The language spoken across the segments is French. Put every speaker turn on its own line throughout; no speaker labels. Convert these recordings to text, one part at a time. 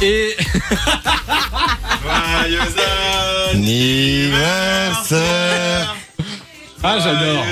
Et
Joyeux
Anniversaire,
ah j'adore.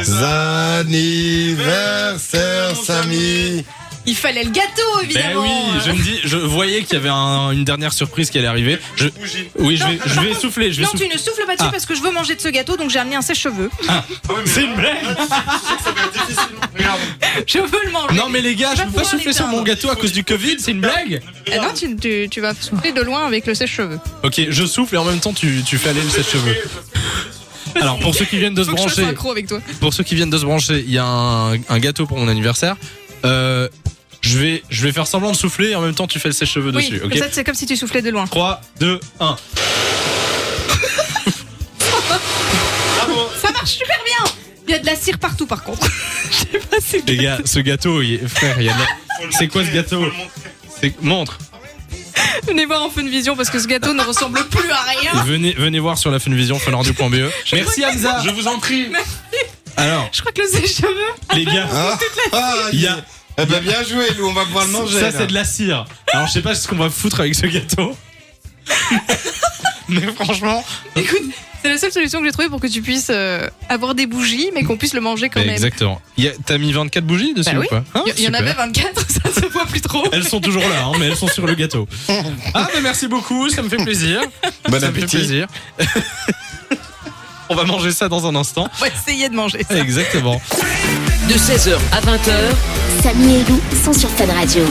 anniversaire, Samy.
Il fallait le gâteau,
Ben
évidemment.
oui, je me dis, je voyais qu'il y avait un- une dernière surprise qui allait arriver. Je,
Bougie.
oui, je vais,
Non,
je
par
vais
contre,
souffler, je vais
Non,
souffler.
tu ne souffles pas dessus
Ah.
parce que je veux manger de ce gâteau, donc j'ai amené un sèche-cheveux.
C'est une blague Ça va être difficilement. Regarde.
Je veux le manger.
Non mais les gars,
Tu
je
vas
peux pas
pouvoir
souffler sur
l'éteindre.
mon gâteau à cause du Covid, c'est une blague
Ah non, tu, tu- tu vas souffler de loin avec le sèche-cheveux.
Ok, je souffle et en même temps tu, tu fais aller le sèche-cheveux. Alors pour ceux qui viennent de se
Faut que je fasse
brancher,
un croc avec toi.
pour ceux qui viennent de se brancher, il y a un, un gâteau pour mon anniversaire. Euh, je vais, je vais faire semblant de souffler et en même temps tu fais le sèche-cheveux
Oui,
dessus,
comme
ok
ça, c'est comme si tu soufflais de loin.
3, 2, 1.
Bravo.
Ça marche super bien Il y a de la cire partout, par contre. Je sais pas si...
Les gars, ce gâteau, il est- frère, il y a de la-
Faut le
C'est quoi
montrer,
ce gâteau
faut le montrer.
c'est- Montre
Venez voir en fin de vision parce que ce gâteau ne ressemble plus à rien.
Venez, venez voir sur la funvision, funradio.be. E. Merci Hamza.
Je vous en prie.
Alors,
Je crois que le sèche-cheveux...
les gars,
Ah, ah,
Il y a-
Eh ben, bien joué, Lou, on va pouvoir le manger.
ça
là.
c'est de la cire. Alors je sais pas ce qu'on va foutre avec ce gâteau. Mais franchement,
Écoute, c'est la seule solution que j'ai trouvée pour que tu puisses euh, avoir des bougies, mais qu'on puisse le manger quand
Mais
même.
exactement. Il y a- T'as mis 24 bougies dessus
Bah
ou
oui.
quoi Hein,
Il y- il y en
super.
avait 24, ça se voit plus trop.
Elles sont toujours là, hein, mais elles sont sur le gâteau. Ah bah merci beaucoup, ça me fait plaisir.
Bon
ça me fait
appétit.
plaisir. On va manger ça dans un instant.
On va essayer de manger ça.
Exactement.
de 16h à 20h.
Samy et Lou sont sur Fan Radio.